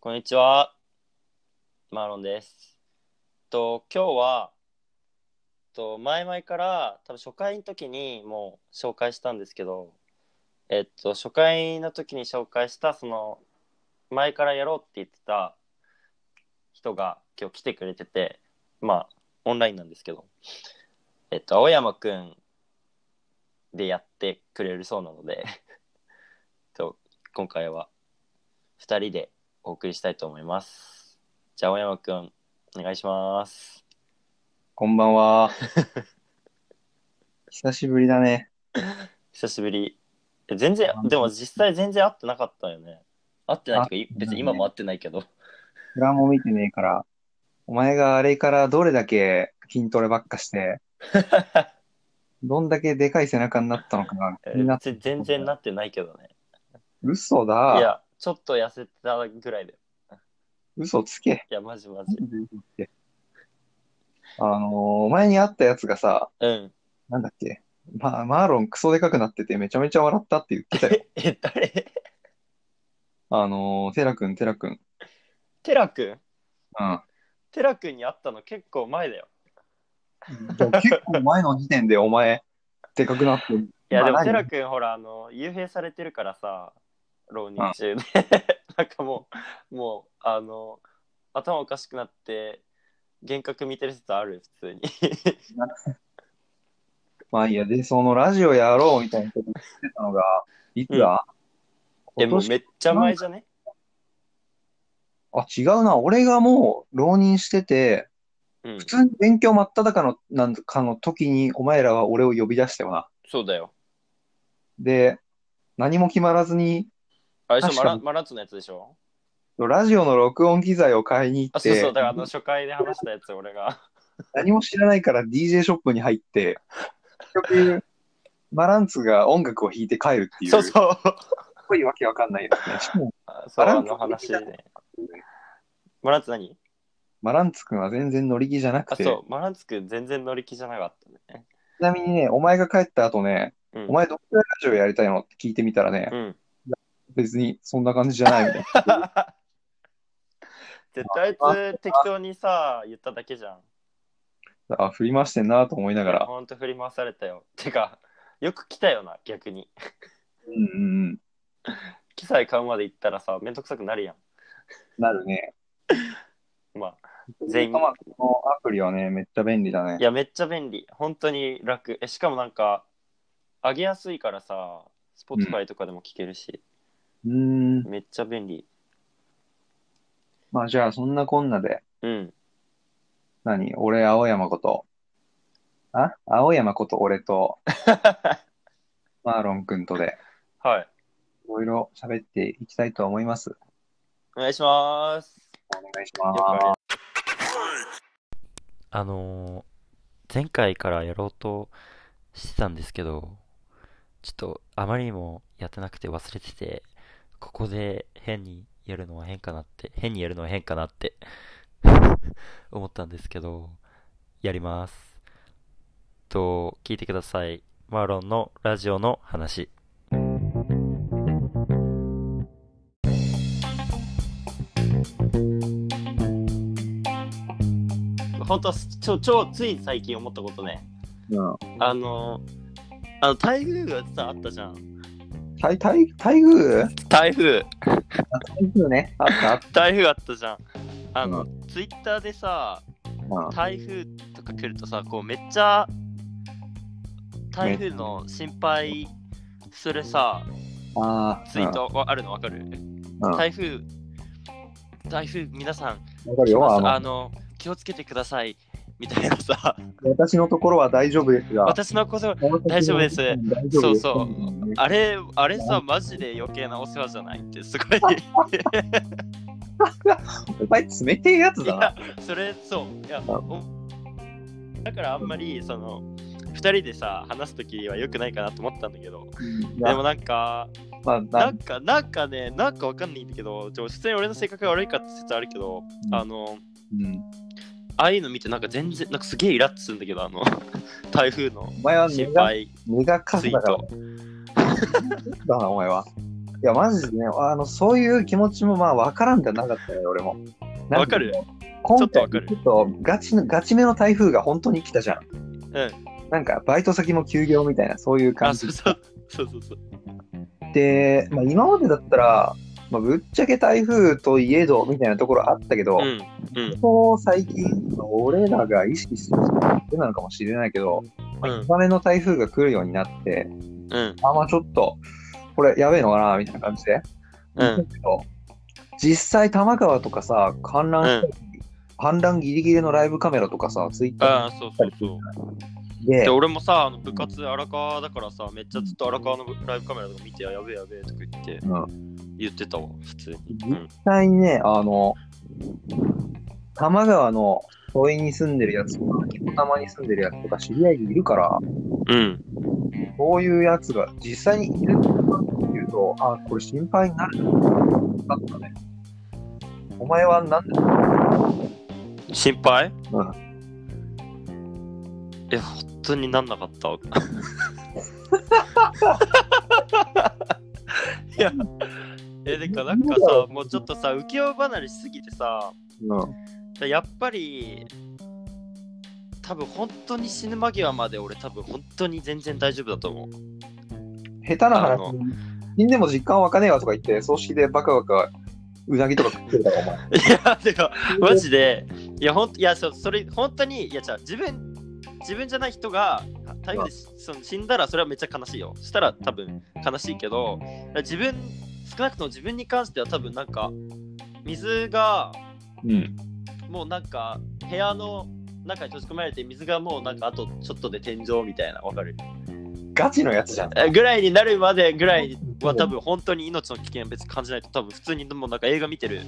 こんにちは。マーロンです。と今日はと前々から多分初回の時にもう紹介したんですけど、えっと初回の時に紹介したその前からやろうって言ってた人が今日来てくれてて、まあオンラインなんですけど、えっと青山くんでやってくれるそうなので、 と今回は二人でお送りしたいと思います。じゃあ、青山くん、お願いします。こんばんは。久しぶりだね。久しぶり。え全然あ、でも実際全然会ってなかったよね。会ってないっていうか、いあ別に今も会ってないけど。フラも見てねえから、お前があれからどれだけ筋トレばっ かして、どんだけでかい背中になったのかが気になっえ全然なってないけどね。嘘いだ。や、ちょっと痩せたぐらいで。嘘つけ。いや、マジマジ。あのー、お前に会ったやつがさ、うん。なんだっけ。まあ、マーロンクソでかくなっててめちゃめちゃ笑ったって言っ てたよ。え、誰あのー、テラくん、テラくん。うん。テラくんもテラくんに会ったの結構前だよ。う結構前の時点でお前、でかくなって。いや、でまもあテラ何くん、ほら、あの、幽閉されてるからさ、浪人中で。 なんかもう、もう、あの、頭おかしくなって、幻覚見てる人ある、普 通に。まあいいや、で、そのラジオやろうみたいなこと言ってたのが、いつだ、でも今う年めっちゃ前じゃねあ、違うな。俺がもう浪人してて、うん普。通に勉強真っ只中の、なんかの時に、お前らは俺を呼び出したよな。そうだよ。で、何も決まらずに、あれでしょ、マ確かラにマラッツのやつでしょラジオの録音機材を買いに行あ、っそうてそう、だ、からあの初回で話したやつ、俺が。何も知らないから DJ ショップに入って、結局、マランツが音楽を弾いて帰るってい う、そうそう。すごいわけわかんないですね。しかもあ そう、マラあンツの話ね。マラッツ何マランツ君は全然乗り気じゃなくあ、て、そう、マラッツくん全然乗り気じゃなかったね。ちなみにね、お前が帰った後ね、うん。お前どっくらいラジオやりたいのって聞いてみたらね、うん。別にそんな感じじゃないみたいな。絶対あいつ適当にさ、言っただけじゃん。 あ、振り回してんなと思いながら。ほんと振り回されたよ。 てか、よく来たよな、逆に。うんうんうん。機材買うまで行ったらさ、めんどくさくなるやなるね。ん。まあ、全員まあこのアプリはね、めっちゃ便利だいね。や、めっちゃ便利。本当に楽。え、しかもなんか、上げやすいからさ、Spotify とかでも聞けるし、うーん。めっちゃ便利。まあじゃあ、そんなこんなで、うん。何俺、青山こと。あ青山こと 俺と、マーロン君とで、はい。いろいろ喋っていきたいと思います。お願いします。お願いします。あのー前回からやろうとしてたんですけど、ちょっとあまりにもやってなくて忘れてて、ここで変にやるのは変かなって、変にやるのは変かなって 思ったんですけど、やります。と、聞いてください。マーロンのラジオの話。本当はちょ、超つい最近思ったことね。うん。あのあの台風がさ、あったじゃん。台、台、台風台風。台風ね。あったあった。台風あったじゃんあの、ツイッターでさうん台風とか来るとさこうめっちゃ台風の心配するさあーツイー。トあるのわかる、うんうん台風台風皆さんわかるよ。あ来ますあの、の気をつけてくださいみたいなさ私のところは大丈夫ですが。私のこと大丈夫です大丈夫です。そうそううんあれあれさマジで余計なお世話じゃないってすごいお前冷てえやついだなや。それそういやおだからあんまりその2人でさ話す時は良くないかなと思ったんだけどうんでもなんかまあ、ななんかなんかねなんかわかんないんだけどでも普通に俺の性格が悪いかって説あるけどうんあのうんああいうの見てなんか全然なんかすげえイラッとするんだけどあの 台風のお前は目心が、配目がカツスイだーからトだな、お前は。いや、マジでね、あの、そういう気持ちもまあ、わからんじゃなかったよ、俺も。なんわかる今ちょっと回わかるちょっとガチの、ガチめの台風が本当に来たじゃん。うん。なんか、バイト先も休業みたいな、そういう感あ、じそうそう。そうそうそう。で、まあ、今までだったら、まあ、ぶっちゃけ台風といえど、みたいなところあったけど、うん。うん。こう最近、俺らが意識してるってなのかもしれないけど、うまあん深めの台風が来るようになって、うん。あ、まあちょっと、これやべえのかな、みたいな感じで。うん。実際、多摩川とかさ、観覧したり、氾濫ギリギリのライブカメラとかさ、ツイッあタあ、そうそうそう。ーでで、、俺もさ、あの部活荒川だからさ、めっちゃずっと荒川のライブカメラとか見て、あやべえやべえとか言って、うん言ってたわ、普通に。う実ん。際にね、あの、多摩川の沿いに住んでるやつとか、横浜に住んでるやつとか知り合いいるから、うん。そういうやつが実際にいるっていうと、あ、これ心配になるなだったね。お前はなんで心配うえ、本当になんなかった。 いや、え、でかなんかさ、もうちょっとさ、浮世離れしすぎてさ、うん、やっぱり、多分本当に死ぬ間際まで俺多分本当に全然大丈夫だと思う。下手なあ話の、死んでも実感湧かねえわとか言って、葬式でバカバカうなぎとか食ってるだろ、お前。いや、てか、 マジで、いや、ほんいや、そうそれ、本当に、いや、じゃあ自分、自分じゃない人が、台風でその死んだら、それはめっちゃ悲しいよ。したら、多分悲しいけど、自分、少なくとも自分に関しては、多分なんか、水が、うん。もうなんか、部屋の中に閉じ込められて、水がもうなんか、あとちょっとで天井みたいな、わかるガチのやつじゃん。えぐらいになるまでぐらいは、多分本当に命の危険は別に感じないと、多分普通に、もうなんか映画見てる。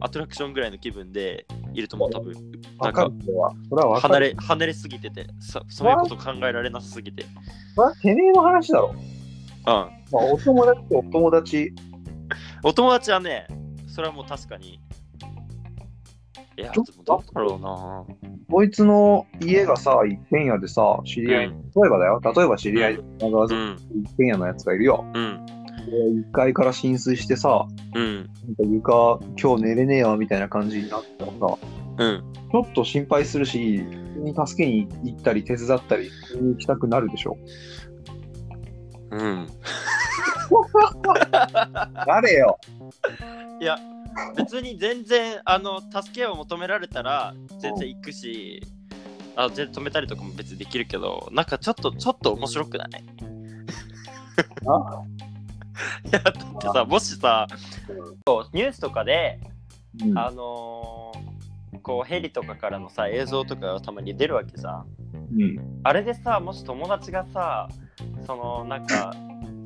アトラクションぐらいの気分でいると思う、多分なわんかかる、それは。それはわか離る。れ離れすぎててそそういうこと考えられなさすぎてそれはてめえの話だろ。うんまあ、お友達とお友達。お友達はねそれはもう確かにいやちょっでともどうだろうこいつの家がさ、一軒家でさ、知り合い、うん例えばだよ、例えば知り合い、長川なう沿いんに一軒家のやつがいるよ。うんで、1階から浸水してさ、うんなんか床、今日寝れねえわみたいな感じになったらさ、ちょうんっと心配するし、助けに行ったり、手伝ったり、行きたくなるでしょ。うんなれよ。いや別に全然あの助けを求められたら全然行くしあ全然止めたりとかも別にできるけどなんかちょっとちょっと面白くない いやだってさもしさニュースとかでうんあのーこうヘリとかからのさ映像とかがたまに出るわけさうん。あれでさもし友達がさそのなんか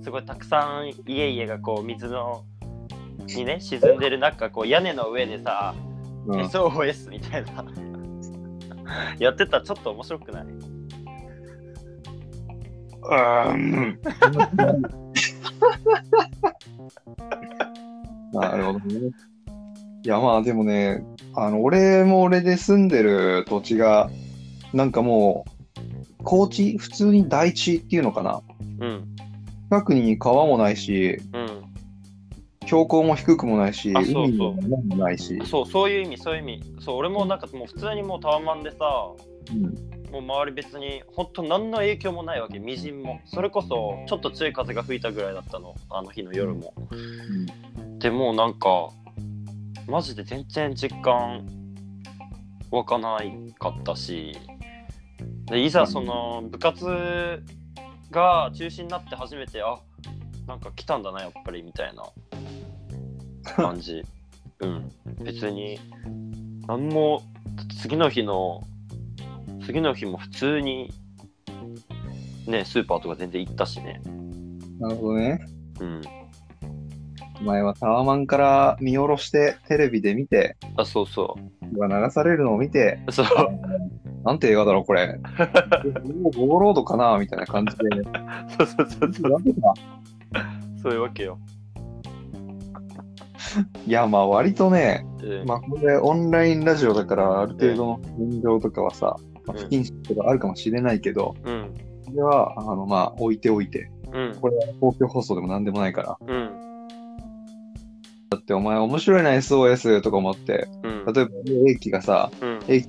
すごいたくさん家々がこう水のにね沈んでる中こう屋根の上でさう SOS みたいな やってたらちょっと面白くないん。なるほどね。いやまあでもね、あの俺も俺で住んでる土地が、なんかもう、高地、普通に大地っていうのかな。うん近くに川もないし、うん標高も低くもないし、あそうそう海も山もないし、そうそういう意味そういう意味そう俺もなんかもう普通にもうタワマンでさうんもう周り別に本当何の影響もないわけみじんもそれこそちょっと強い風が吹いたぐらいだったのあの日の夜もでもうなんかマジで全然実感湧かないかったしでいざその部活が中止になって初めてあなんか来たんだなやっぱりみたいな感じうん別に何も次の日の次の日も普通にねスーパーとか全然行ったしねなるほどね。うんお前はタワマンから見下ろして、テレビで見て、あそうそうが流されるのを見て、そう なんて映画だろう、これ。もうゴーロードかなみたいな感じで。そうそうそうそうそういうわけよ、いや、まあ、割とね、うんまあ、これオンラインラジオだから、ある程度の現状とかはさ、まあうん不謹慎とかあるかもしれないけど、うんそれは、あの、まあ、置いておいて、うんこれは公共放送でも何でもないから、うんだってお前面白いな SOS とか思って、うん。例えば、エイキがさ、うん。エイキ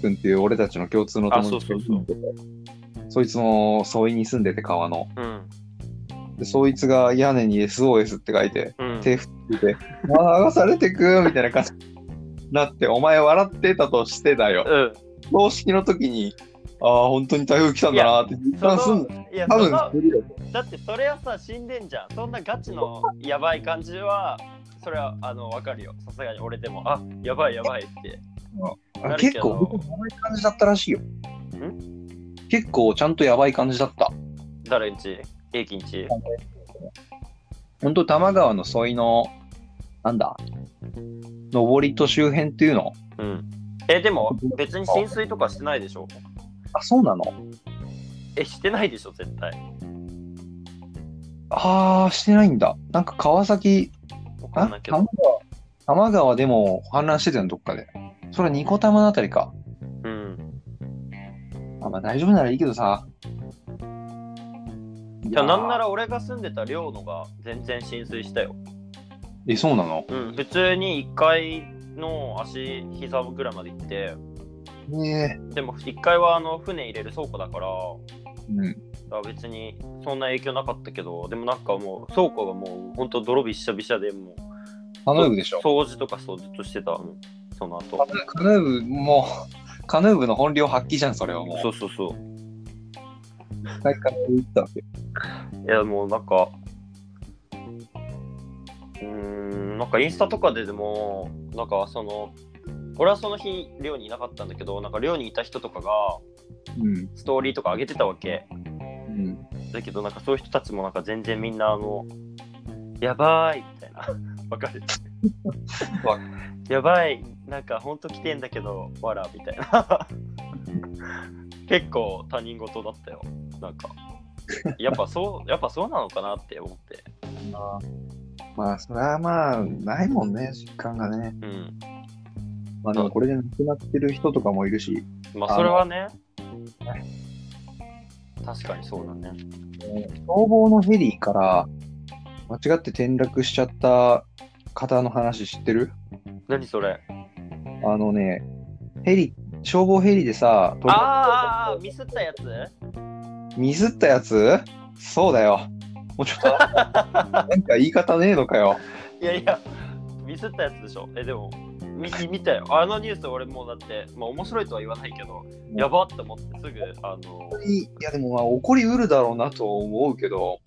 君っていう俺たちの共通の友達あそうそうそいつも総井に住んでて川の。うん。で、そいつが屋根に SOS って書いて、うん。手振ってて、あー流されてくみたいな感じになって、お前笑ってたとしてだよ。うん。葬式の時に、ああ、本当に台風来たんだなって実そ感すんのの。いや多そ分のするよ。だってそれはさ死んでんじゃんそんなガチのやばい感じはそれはあのわかるよさすがに俺でもあやばいやばいってなるけど結構、僕やばい感じだったらしいよ。結構、ちゃんとやばい感じだった。誰んち英樹んち本当多摩川の沿いの、なんだ、上りと周辺っていうのうんえでも別に浸水とかしてないでしょあ、そうなのえしてないでしょ絶対ああ、してないんだ。なんか川崎、わかあんないけ多ど摩川、多摩川でも氾濫してたよ、どっかで。それはニコ玉のあたりか。うんあまあ大丈夫ならいいけどさ。いいやなんなら俺が住んでた寮のが全然浸水したよえ、そうなのうん普通に1階の足膝ぐらいまで行ってねえ。でも1階はあの船入れる倉庫だからうん。あ別にそんな影響なかったけどでもなんかもう倉庫がもうほんと泥びっしゃびしゃでもうカヌー部でしょ。掃除とかそうずっとしてたもんその後カヌー部、もう、カヌー部の本領発揮じゃん、それはもう。そうそうそう一回カヌー部行ったわけ。いやもうなんかうーんなんかインスタとかででもなんかその俺はその日寮にいなかったんだけどなんか寮にいた人とかがうん。ストーリーとか上げてたわけうん。だけどなんかそういう人たちもなんか全然みんなあのやばいみたいな わかるわやばいなんかほんと来てんだけどわらみたいな結構他人事だったよなんかやっぱそうやっぱそうなのかなって思ってまあ、それはまあ、ないもんね、実感がね。うんまあ、でもこれで亡くなってる人とかもいるし、まああのそれはね確かにそうだね消防のヘリから間違って転落しちゃった方の話知ってる何それあのね、ヘリ、消防ヘリであさ、ーあーあーミスったやつミスったやつそうだよ。もうちょっと、なんか言い方ねえのかよ。いやいや、ミスったやつでしょ。え、でも、見見たよ。あのニュース、俺もうだって、まあ面白いとは言わないけど、やばって思って、すぐ、あの本、当にいやでもまあ起こりうるだろうなと思うけど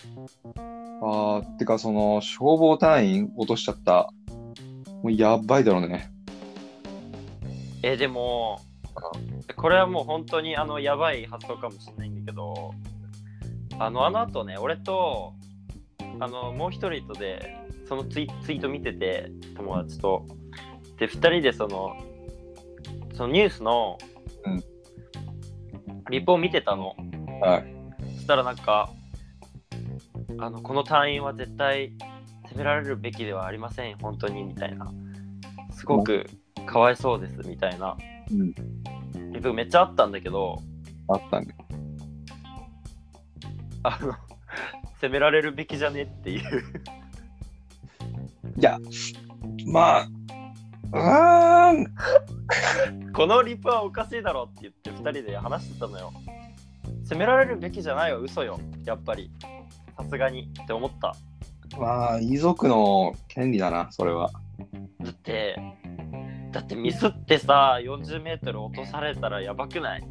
あーてかその消防隊員落としちゃったもうやばいだろうねえ、でも、これはもう本当に、あの、やばい発想かもしれないんだけど、あの、あの後ね、俺と、あの、もう一人とで、そのツイツイート見てて、友達と。で、二人でその、そのニュースの、うんリポを見てたの。はいそしたらなんかあのこの隊員は絶対責められるべきではありません本当にみたいなすごくかわいそうですみたいな、うんリプめっちゃあったんだけどあったねあの 責められるべきじゃねっていういやまあうーんこのリプはおかしいだろって言って2人で話してたのよ責められるべきじゃないは嘘よやっぱりさすがにって思ったまあ遺族の権利だなそれはだってだってミスってさ 40m 落とされたらやばくない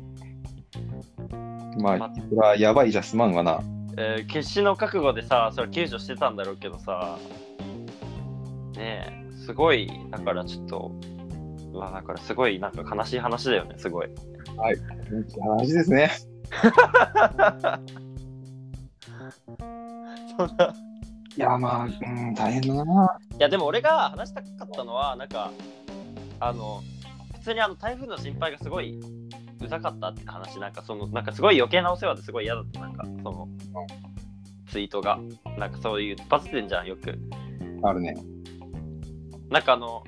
ままあそれはやばいじゃすまんわなえー決死の覚悟でさそれ救助してたんだろうけどさねえすごいだからちょっとうわだからすごいなんか悲しい話だよねすごい大事ですねそんないやまあうん大変だないやでも俺が話したかったのはなんかあの普通にあの台風の心配がすごいうざかったって話なんかそのなんかすごい余計なお世話ですごい嫌だったなんかそのツイートがなんかそういうバズってんじゃんよくあるねなんかあの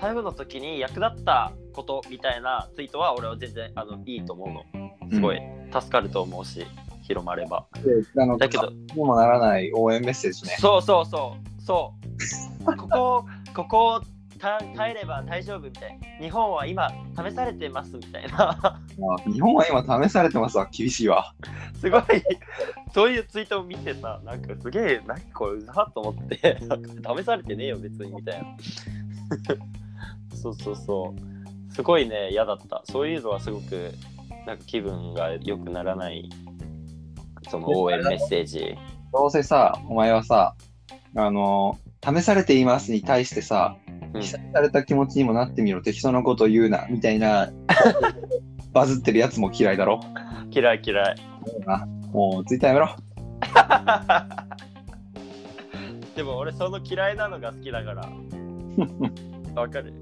台風の時に役立ったことみたいなツイートは俺は全然あのいいと思うのすごい助かると思うし、広まればであのだけどにもならない応援メッセージねそうそうそうそうここここをた耐えれば大丈夫みたいな日本は今試されてますみたいなまあ、日本は今試されてますわ厳しいわすごいそういうツイートを見てさなんかすげえ何これうざっと思ってなんか試されてねえよ別にみたいなそうそうそうすごいね嫌だったそういうのはすごくなんか気分が良くならないその応援メッセージどうせさお前はさあの試されていますに対してさうん被災された気持ちにもなってみろ適当なこと言うなみたいな バズってるやつも嫌いだろ嫌い嫌いもうツイッターやめろでも俺その嫌いなのが好きだ から。わかる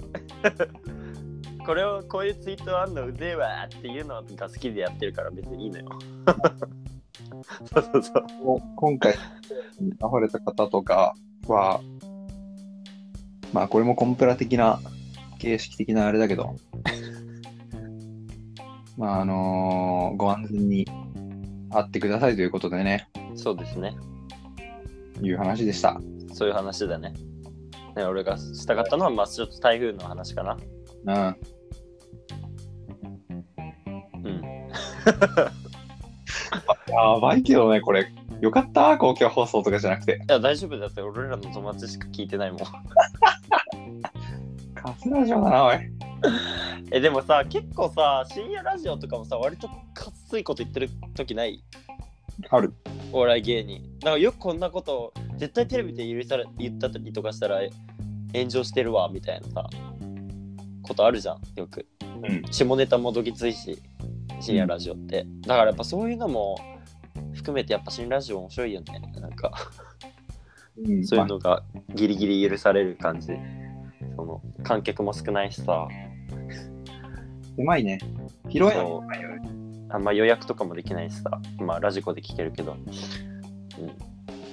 これをこういうツイートあんのうぜえわっていうのが好きでやってるから別にい いのよ。そうそうそう。もう今回溢れた方とかはまあこれもコンプラ的な形式的なあれだけどまああのーご安全に会ってくださいということでねそうですね。いう話でしたそういう話だね。ね俺がしたかったのは、まあちょっと台風の話かな。うんうん。やばいけどねこれよかった公共放送とかじゃなくいてや大丈夫だって俺らの友達しか聞いてないもん。カスラジオだなおい えでもさ結構さ深夜ラジオとかもさ割とかっついこと言ってる時ないあるお笑い芸人なんかよくこんなこと絶対テレビで許され言ったりとかしたら炎上してるわみたいなさことあるじゃんよく、ん下ネタもどぎついし深夜ラジオって、だからやっぱそういうのも含めてやっぱ深夜ラジオ面白いよねなんかうんそういうのがギリギリ許される感じその観客も少ないしさ狭いね広いのそうあんま予約とかもできないしさまあラジコで聞けるけど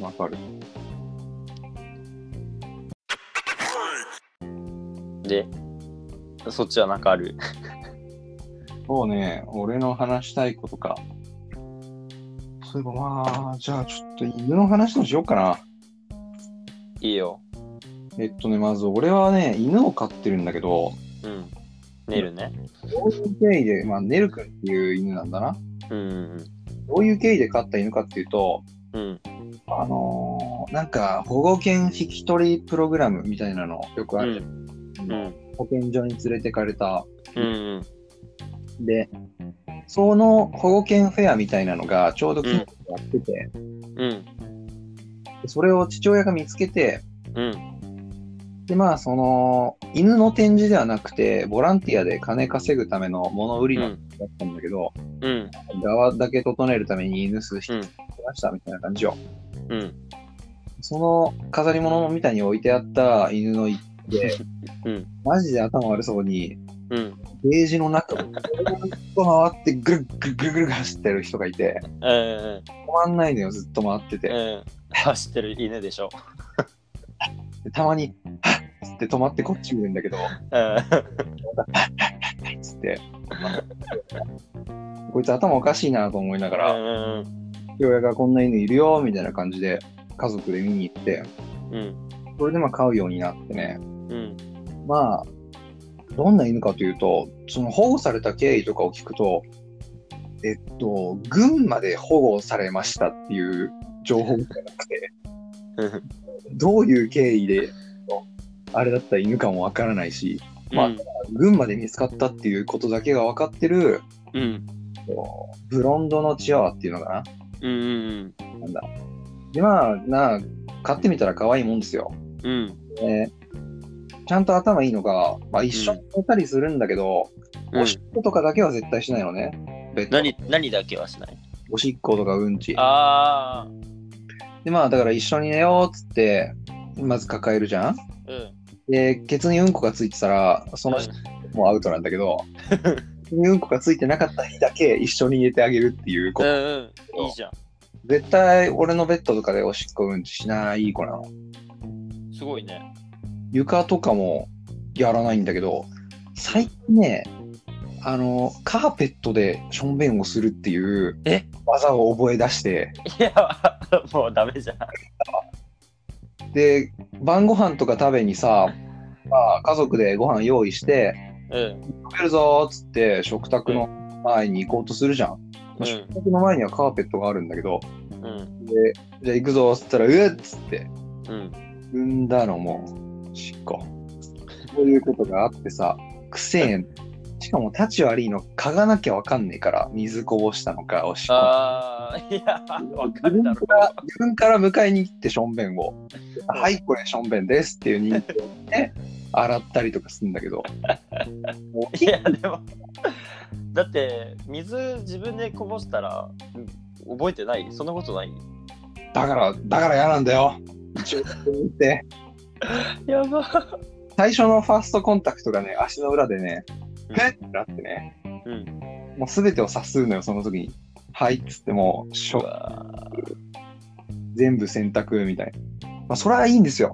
わかるでそっちはなんかあるそうね、俺の話したいことか。そういえばまあ、じゃあちょっと犬の話をしようかな。いいよえっとね、まず俺はね、犬を飼ってるんだけど、うん寝るねどういう経緯で、まあ、ネル君っていう犬なんだな。うんどういう経緯で飼った犬かっていうと、うんあのーなんか保護犬引き取りプログラムみたいなのよくあるじゃん。うん保健所に連れてかれた。うんで、その保護犬フェアみたいなのがちょうど近くでやってて、うんでそれを父親が見つけて、うんでまあその犬の展示ではなくてボランティアで金稼ぐための物売りのだったんだけど、うん側だけ整えるために犬数匹来ましたみたいな感じよ、うんその飾り物みたいに置いてあった犬の一で、うんマジで頭悪そうにうんゲージの中をぐるっと回ってぐるぐるぐるぐる走ってる人がいてうん止まんないのよずっと回ってて、うん走ってる犬でしょでたまに「はっ!」つって止まってこっち見るんだけどうんつって。 こいつ頭おかしいなと思いながら、うん父親がこんな犬いるよみたいな感じで家族で見に行ってうんそれでまあ飼うようになってねうんまあどんな犬かというとその保護された経緯とかを聞くとえっと群馬で保護されましたっていう情報じゃなくてどういう経緯であれだった犬かもわからないし群馬で見つかったっていうことだけが分かってるうんブロンドのチワワっていうのかなうんなんだでまあなあ飼ってみたら可愛いもんですようんねちゃんと頭いいのが、まあ、一緒に寝たりするんだけど、おしっことかだけは絶対しないのね。ベッド何何だけはしないおしっことかうんち。ああで、まあ、だから一緒に寝ようっつって、まず抱えるじゃん。うんで、ケツにうんこがついてたら、その人もうアウトなんだけど、ケツにうんこがついてなかった日だけ一緒に寝てあげるっていううこと。んうんいいじゃん絶対俺のベッドとかでおしっこうんちしない子なの。すごいね床とかもやらないんだけど最近ねあのカーペットでしょんべんをするっていうえ技を覚え出していやもうダメじゃんで、晩ご飯とか食べにさ、まあ、家族でご飯用意して、うん。食べるぞーっつって食卓の前に行こうとするじゃん。まあうん食卓の前にはカーペットがあるんだけど、うん。で、じゃあ行くぞーっつったら、うえっつって、うん。産んだのも、しっこ。そういうことがあってさ、くせえん。しかも、立ち悪いの、嗅がなきゃわかんねえから、水こぼしたのか、おしっこ。ああ、いや、わかるだろ自分から自分から迎えに行ってしょんべんを「はいこれしょんべんです」っていう人形をね洗ったりとかするんだけども ういや、でも、だって、水自分でこぼしたら、覚えてないそんなことないだからだから嫌なんだよ一応でやば。最初のファーストコンタクトがね足の裏でねう「んへっ!」ってなってねうん。もう全てを察するのよその時に「はい」っつってもうしうょわ全部洗濯みたいな、まあ、それはいいんですよ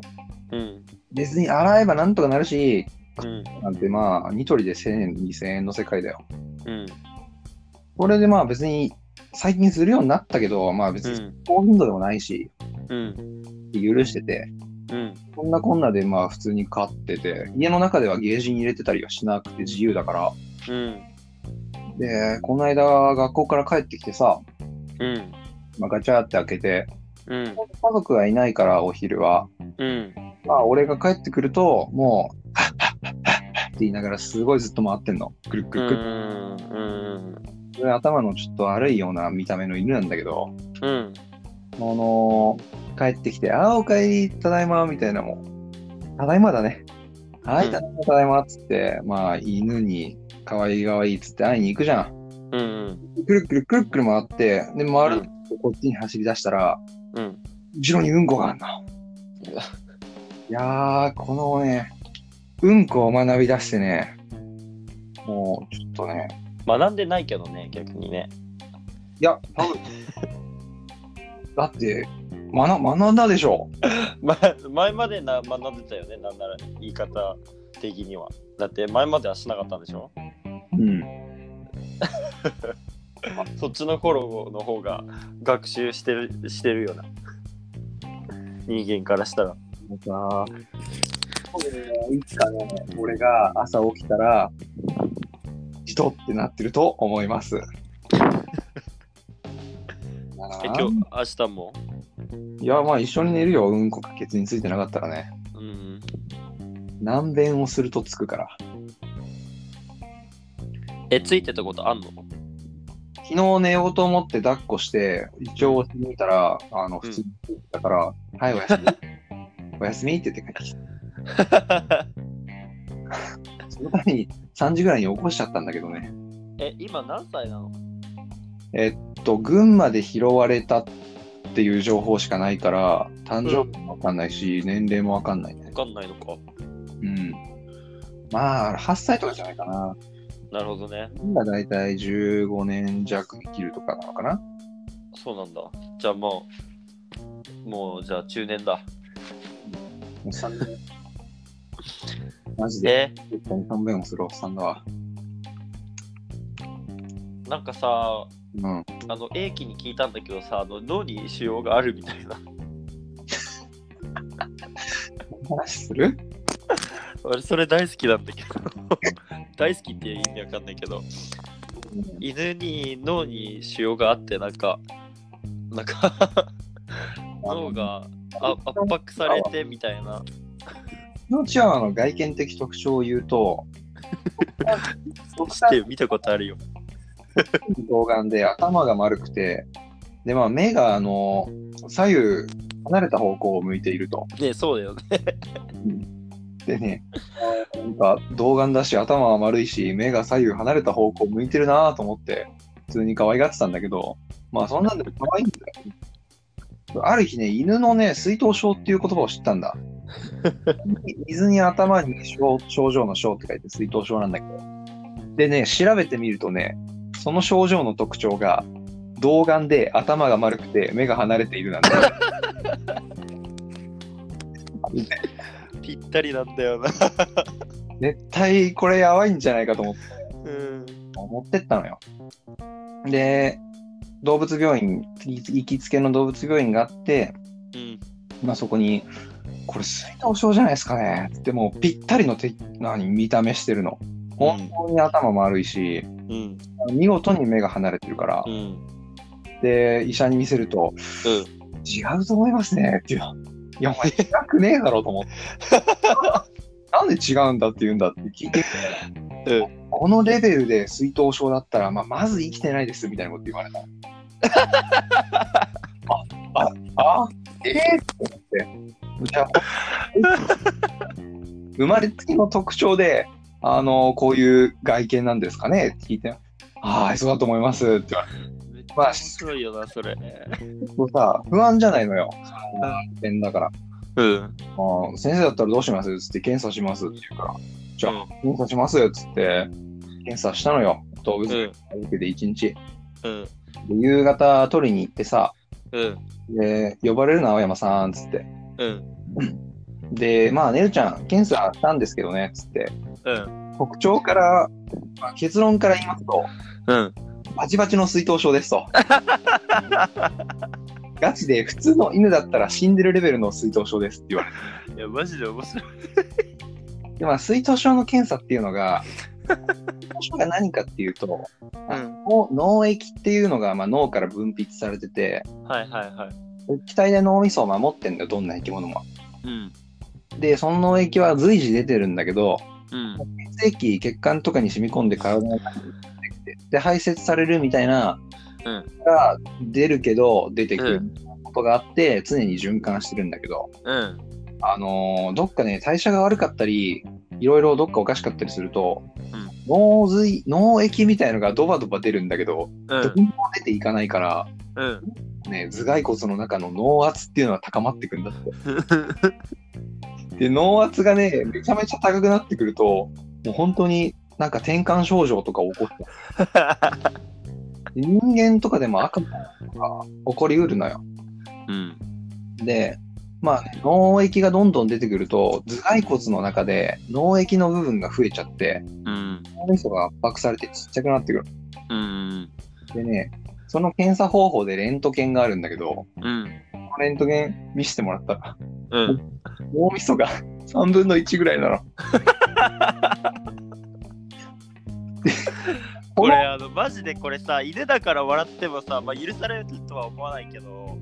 うん。別に洗えばなんとかなるしうん。なんてまあニトリで1000円2000円の世界だようん。これでまあ別に最近するようになったけど、まあ別うにん。高頻度でもないし、うん。許してて、うん。こんなこんなでまあ普通に飼ってて、家の中ではゲージに入れてたりはしなくて自由だから。うん。で、この間学校から帰ってきてさ、うん。まあ、ガチャって開けて、うん。家族がいないからお昼は、うん。まあ俺が帰ってくると、もう、はっはっはっはっはって言いながらすごいずっと回ってんの。くるくうるくる。ん。うん。で頭のちょっと悪いような見た目の犬なんだけど、うん。あの帰ってきて、ああ、おかえり、ただいま、みたいなもん。ただいまだね。はうい、んただいま、ただいま、つって、まあ、犬に、かわいいかわいい、つって会いに行くじゃん。うん。くるくるくるくる回って、で、う回るん。とこっちに走り出したら、うん。後ろにうんこがあんの。うわいやー、このね、うんこを学び出してね、もう、ちょっとね、学んでないけどね、逆にね。いや、多分 だって、学学んだでしょ。ま、前までな学んでたよね、なんなら言い方的には。だって前まではしなかったんでしょうん。そっちの頃の方が学習してるしてるような人間からしたら。なんか、いつかね、俺が朝起きたら、じとってなってると思います。え今日、明日もいや、まあ一緒に寝るよ、うんこかケツについてなかったらね。うん。難便をするとつくから。え、ついてたことあんの昨日寝ようと思って抱っこして、一応してみたら、あの、普通についてたから、はい、おやすみ。おやすみって言って帰ってきた。そのために3時ぐらいに起こしちゃったんだけどね。 え、今何歳なのえっと、群馬で拾われたっていう情報しかないから、誕生日もわかんないし、年齢もわかんないねわ。かんないのか。うん。まあ、8歳とかじゃないかな。なるほどね。今だいたい15年弱生きるとかなのかな。そうなんだ。じゃあもう、もうじゃあ中年だ。おっさんだねマジで、え、絶対に勘弁をするおっさんだわ。なんかさ、うん。あの、英気に聞いたんだけどさ、あの脳に腫瘍があるみたいな。話する俺それ大好きなんだ けど大好きっていう意味わかんないけど犬に脳に腫瘍があってなんかなんか脳があ圧迫されてみたいなこのチワワの外見的特徴を言うと、僕して見たことあるよ老眼で頭が丸くて、で、まあ目があの、左右離れた方向を向いていると。ねそうだよねでね、なんか童顔だし頭は丸いし、目が左右離れた方向を向いてるなぁと思って、普通に可愛がってたんだけど、まあそんなんでも可愛いんだよ。ある日ね、犬のね、水頭症っていう言葉を知ったんだ。水に頭に症症状の症って書いて水頭症なんだけど。でね、調べてみるとね、その症状の特徴が、童顔で頭が丸くて目が離れているなんだよ。ぴったりなんだよな絶対これやばいんじゃないかと思ってうん持ってったのよ。で、動物病院、行き行きつけの動物病院があって、うんまあ、そこにこれ水道症じゃないですかねってもうぴったりのて何見た目してるの本当に頭丸いし、うん。見事に目が離れてるから、うん。で医者に見せると「違うと思いますね」っていう「いやお前違くねえだろ」と思って なんで違うんだって言うんだって聞いてうん。このレベルで水頭症だったら、まあ、まず生きてないですみたいなこと言われた。あ、あ、あ、えー、って思って。じゃあ、生まれつきの特徴で、あの、こういう外見なんですかねって聞いて、ああ、そうだと思いますって言われて。めっちゃまあ面白いよな、それ。こうさ、不安じゃないのよ。その外見だから。うん。あー先生だったらどうしますつって検査しますって言うから、じゃあ、うん検査しますっつって、検査したのよ。動物うん。受けて1日。うん。で夕方取りに行ってさ、うん。で呼ばれるな、青山さん、つって。うん。で、まあ、ねるちゃん、検査したんですけどね、つって。うん。特徴から、まあ結論から言いますと、うん。バチバチの水頭症ですと。ガチで、普通の犬だったら死んでるレベルの水頭症ですって言われて。いや、マジで面白い。で、まあ、水頭症の検査っていうのが、水頭症が何かっていうと、うん。脳脳液っていうのが、まあ、脳から分泌されてて、はいはいはい。液体で脳みそを守ってんだよ、どんな生き物も。うん。で、その脳液は随時出てるんだけど、うん。血液、血管とかに染み込んで体の中に出てきて、で、排泄されるみたいな、うんが出るけど、出てうくることがあって、常に循環してるんだけど、うん。あのーどっかね、代謝が悪かったり、いろいろどっかおかしかったりすると、うん脳髄、脳液みたいのがドバドバ出るんだけど、うどんこ。にも出ていかないから、うん。ね、頭蓋骨の中の脳圧っていうのは高まってくんだって。で脳圧がねめちゃめちゃ高くなってくるともう本当になんか転換症状とか起こってで人間とかでも赤ちゃんとか起こりうるのようん。でまあね脳液がどんどん出てくると頭蓋骨の中で脳液の部分が増えちゃってうん。脳みそが圧迫されてちっちゃくなってくるうん。でねその検査方法でレントゲンがあるんだけどうん。このレントゲン見せてもらったらうん。脳みそが 3分の1ぐらいな のでこれ、あの、マジでこれさ、犬だから笑ってもさ、まあ、許されるとは思わないけど、こ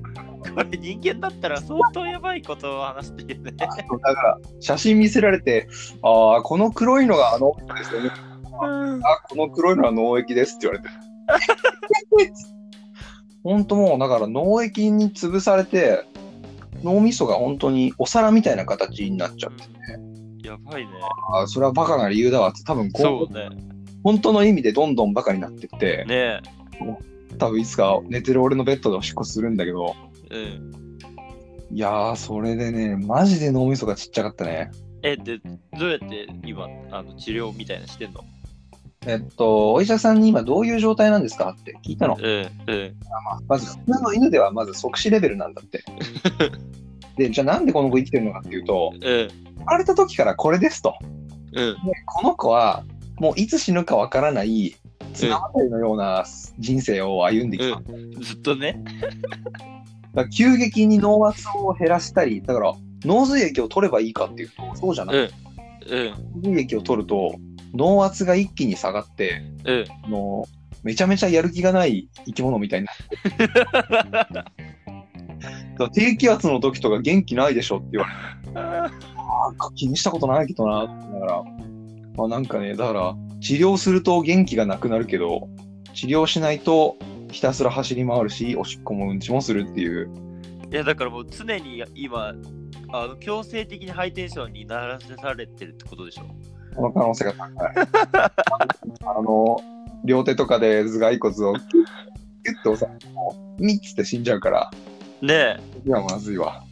れ人間だったら相当やばいことを話してるね。そうだから写真見せられて、ああ、この黒いのがあの脳ですよね。あこの黒いのは脳液ですって言われて。 本当もうだから脳液に潰されて、脳みそが本当にお皿みたいな形になっちゃって、やばいね。あーそれはバカな理由だわって、多分そこうね。う本当の意味でどんどんバカになってって、ね多分いつか寝てる俺のベッドでおしっこするんだけど、え。うん。いやー、それでね、マジで脳みそがちっちゃかったね。え、で、どうやって今、あの治療みたいなしてんのえっと、お医者さんに今どういう状態なんですかって聞いたの。ええ、えまず普通の犬ではまず即死レベルなんだって。で、じゃあなんでこの子生きてるのかっていうと、え、え生まれた時からこれですと。え、うん、でこの子はもういつ死ぬかわからない綱渡りのような人生を歩んできた。だかうん。ずっとね。ら急激に脳圧を減らしたり、だから脳髄液を取ればいいかっていうと、そうじゃなうい。ん、うん、脳髄液を取ると脳圧が一気に下がって、うん。あのめちゃめちゃやる気がない生き物みたいになって。だから低気圧の時とか元気ないでしょって言われてなんか気にしたことないけどな、だから、まあなんかね、だから、治療すると元気がなくなるけど、治療しないとひたすら走り回るし、おしっこもうんちもするっていう、いや、だからもう常に今、あの強制的にハイテンションにならせされてるってことでしょ。この可能性が高い。あの、両手とかで頭蓋骨をキュッと押さえても、ニッつって死んじゃうから、ねえ。いや、まずいわ。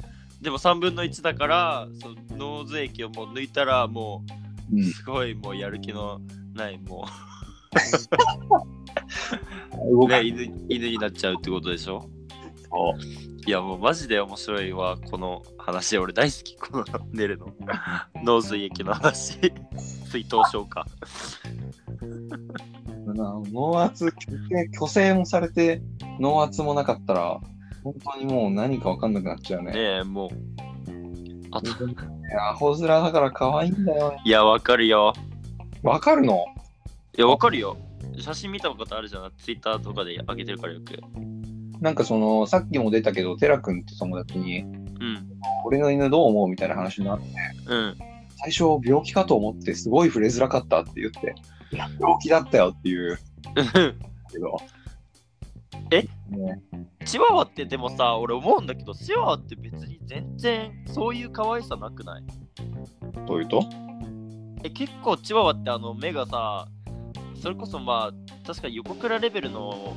でも3分の1だから、その脳髄液をもう抜いたら、もうう、ん。すごいもうやる気のない、も動う、かね、犬犬になっちゃうってことでしょ。と、いやもうマジで面白いわこの話俺大好きこの寝る の脳髄液の話 水頭症かな脳圧、虚勢虚勢もされて、脳圧もなかったら、本当にもう何か分かんなくなっちゃうね。ねえもうあと、いや、ホズラだから可愛いんだよ。いや、わかるよ。わかるのいや、わかるよ。写真見たことあるじゃん。ツイッターとかで上げてるからよく。なんかその、さっきも出たけど、テラ君って友達に、うん。俺の犬どう思うみたいな話になって、うん。最初病気かと思って、すごい触れづらかったって言って、いや、病気だったよっていうけど。えねチワワってでもさ、俺思うんだけど、チワワって別に全然そういう可愛さなくないどういうとえ、結構チワワってあの目がさ、それこそまあ、確か横倉レベルの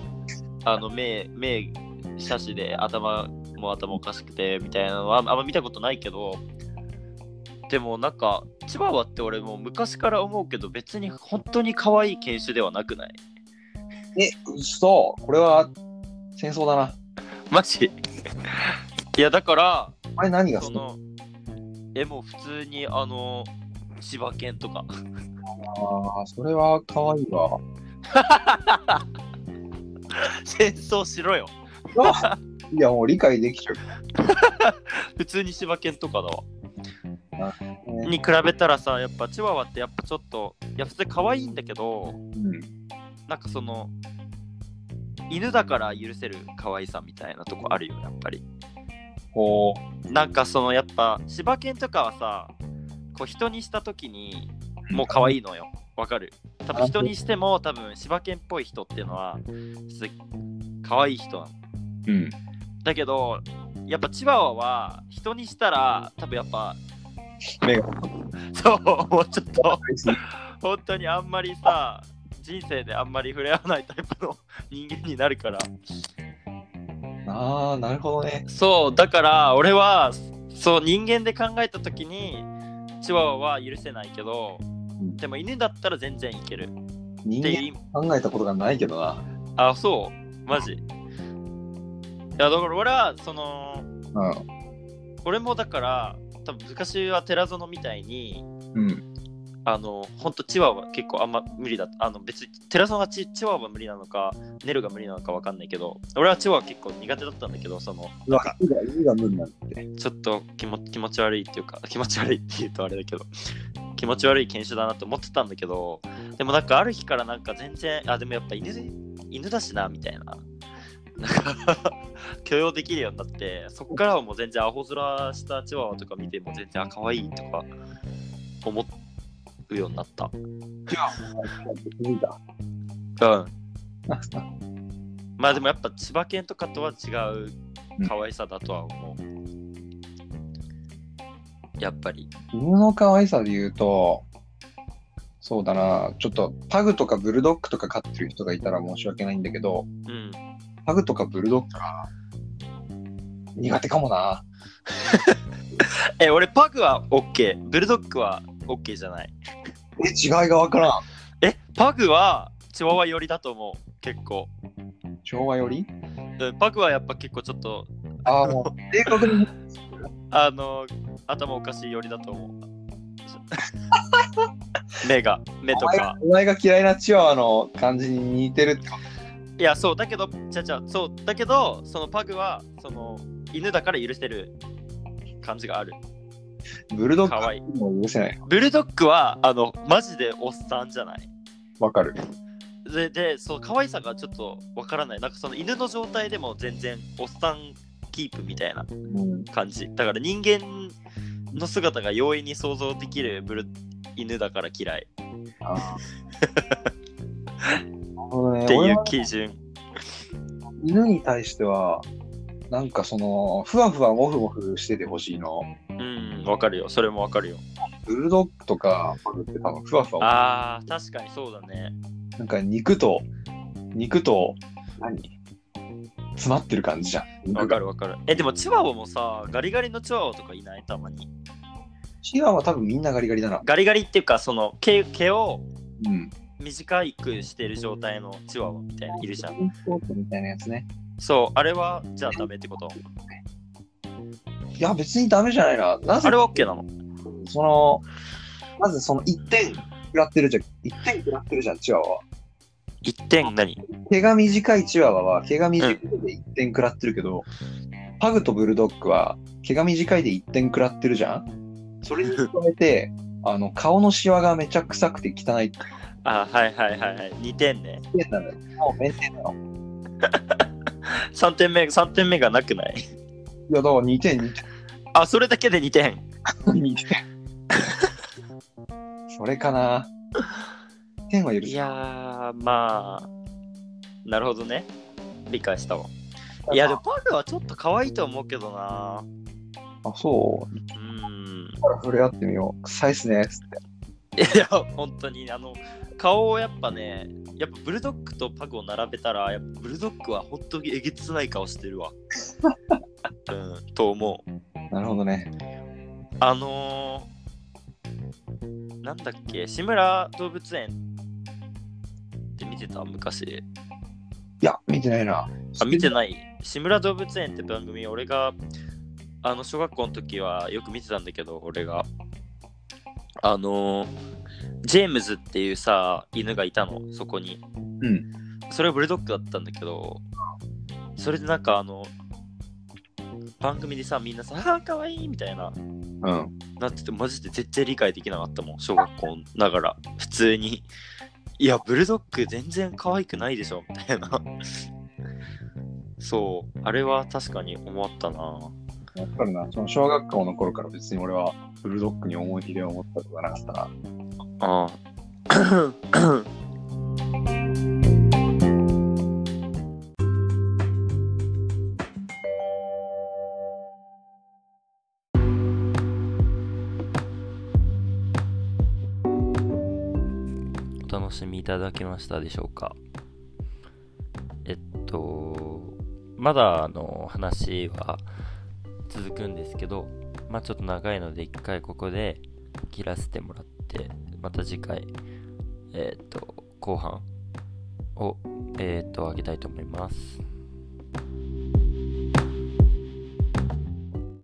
あの目、目、斜視で頭も頭おかしくてみたいなのはあんあんま見たことないけど、でもなんか、チワワって俺もう昔から思うけど、別に本当に可愛い犬種ではなくないえ、嘘これは戦争だな。マジいや、だから、あれ何が好そきなののえもう普通にあの柴犬とかあーそれは可愛いわ。戦争しろよいや、もう理解できちゃう。普通に柴犬とかだわねに比べたらさやっぱチワワってやっぱちょっといや普通に可愛いんだけどうんなんかその犬だから許せる可愛さみたいなとこあるよやっぱりこなんかそのやっぱ柴犬とかはさこう人にした時にもう可愛いのよわかる多分人にしても多分柴犬っぽい人っていうのはす可愛い人なのう、うん。だけどやっぱチワワは人にしたら多分やっぱ目が そうもうちょっと大好き本当にあんまりさ人生であんまり触れ合わないタイプの人間になるからああ、なるほどね。そうだから俺はそう人間で考えた時にチワワは許せないけどんでも犬だったら全然いける人って間いう考えたことがないけどな。あそうマジいやだから俺はそのう俺もだから多分昔は寺園みたいにん。うん。あの、本当チワワ結構あんま無理だあの、別にテラソンがチチワワ無理なのか、ネルが無理なのかわかんないけど、俺はチワワ結構苦手だったんだけど、その、うわ、いいが、いいが無理なんて。ちょっと気も気持ち悪いっていうか、 気持ち悪いって言うとあれだけど、気持ち悪い犬種だなと思ってたんだけど、でもなんかある日からなんか全然、あ、でもやっぱ犬で犬だしな、みたいな。なんか 許容できるようになってそこからはもう全然アホ面したチワワとか見ても全然あ可愛いとか思うようになった無理だ。うんまあでもやっぱ千葉県とかとは違う可愛さだとは思う。やっぱり。犬の可愛さで言うと、そうだな、ちょっとパグとかブルドッグとか飼ってる人がいたら申し訳ないんだけど、うん。パグとかブルドッグか。苦手かもな。え、俺パグは OK。ブルドッグは OK じゃない。え、違いがわからん。え、パグはチワワ寄りだと思う。結構。昭和よりうんパグはやっぱ結構ちょっと、ああ、もう、正確に。あの、頭おかしい寄りだと思 う。目が、目 とお前かが。お前が嫌いなチワワの感じに似てるってこいやそうだけどじゃじゃそうだけどそのパグはその犬だから許せる感じがあると。ブルドッグ可愛いも許せない。ブルドッグはあのマジでおっさんじゃないわかる。ででそう可愛さがちょっとわからないなんかその犬の状態でも全然おっさんキープみたいなうん。感じだから人間の姿が容易に想像できるブル犬だから嫌いあーなるほどねってい俺うは基準犬に対しては、なんかその、ふわふわもふもふしててほしいの。うんわかるよそれもわかるよブルドッグとかパグって多分ふわふわ。あー確かにそうだねなんか肉と、肉と、何詰まってる感じじゃん。わかるわかる。え、でもチワワもさ、ガリガリのチワワとかいないたまに。チワワは多分みんなガリガリだな。ガリガリっていうか、その毛毛をうん。短くしてる状態のチワワみたいないるじゃん。みたいなやつね。そう、あれはじゃあダメってこといや、別にダメじゃないな。なぜあれは OK なのその、まずその1点食らってるじゃん。1点食らってるじゃん、チワワは。一点何毛が短いチワワは、毛が短いで1点食らってるけど、パグとブルドッグは毛が短いで一点食らってるじゃんそれに加えて あの顔のシワがめちゃ臭くて汚いってあはいはいはいはい2点ね言ってたんだよもう免点なの3点目三点目がなくないいやだから2点2あそれだけで2点点2点それかな1点は許いすやーまあなるほどね理解したわいやでもパグはちょっと可愛いと思うけどなあそううんだから触れ合ってみよう臭いっすねつっていや本当にあの顔をやっぱねやっぱブルドッグとパグを並べたらやっぱブルドッグは本当にえげつない顔してるわうんと思うなるほどねあのー、なんだっけ、志村動物園って見てた昔。いや見てないなあ、見てない。志村動物園って番組、俺が、あの、小学校の時はよく見てたんだけど、俺が。あのー、ジェームズっていうさ、犬がいたの、そこに。うんそれはブルドッグだったんだけど、それでなんかあの、番組でさ、みんなさ、あー、かわいいみたいな。うんなっててマジで絶対理解できなかったもん小学校ながら普通にいやブルドッグ全然可愛くないでしょみたいなそうあれは確かに思ったなわかるなその小学校の頃から別に俺はブルドッグに思い入れを持ったことがなかったなあお楽しみいただけましたでしょうかえっとまだあの話は続くんですけどまあちょっと長いので一回ここで切らせてもらってまた次回えっ、と後半をえっ、と上げたいと思います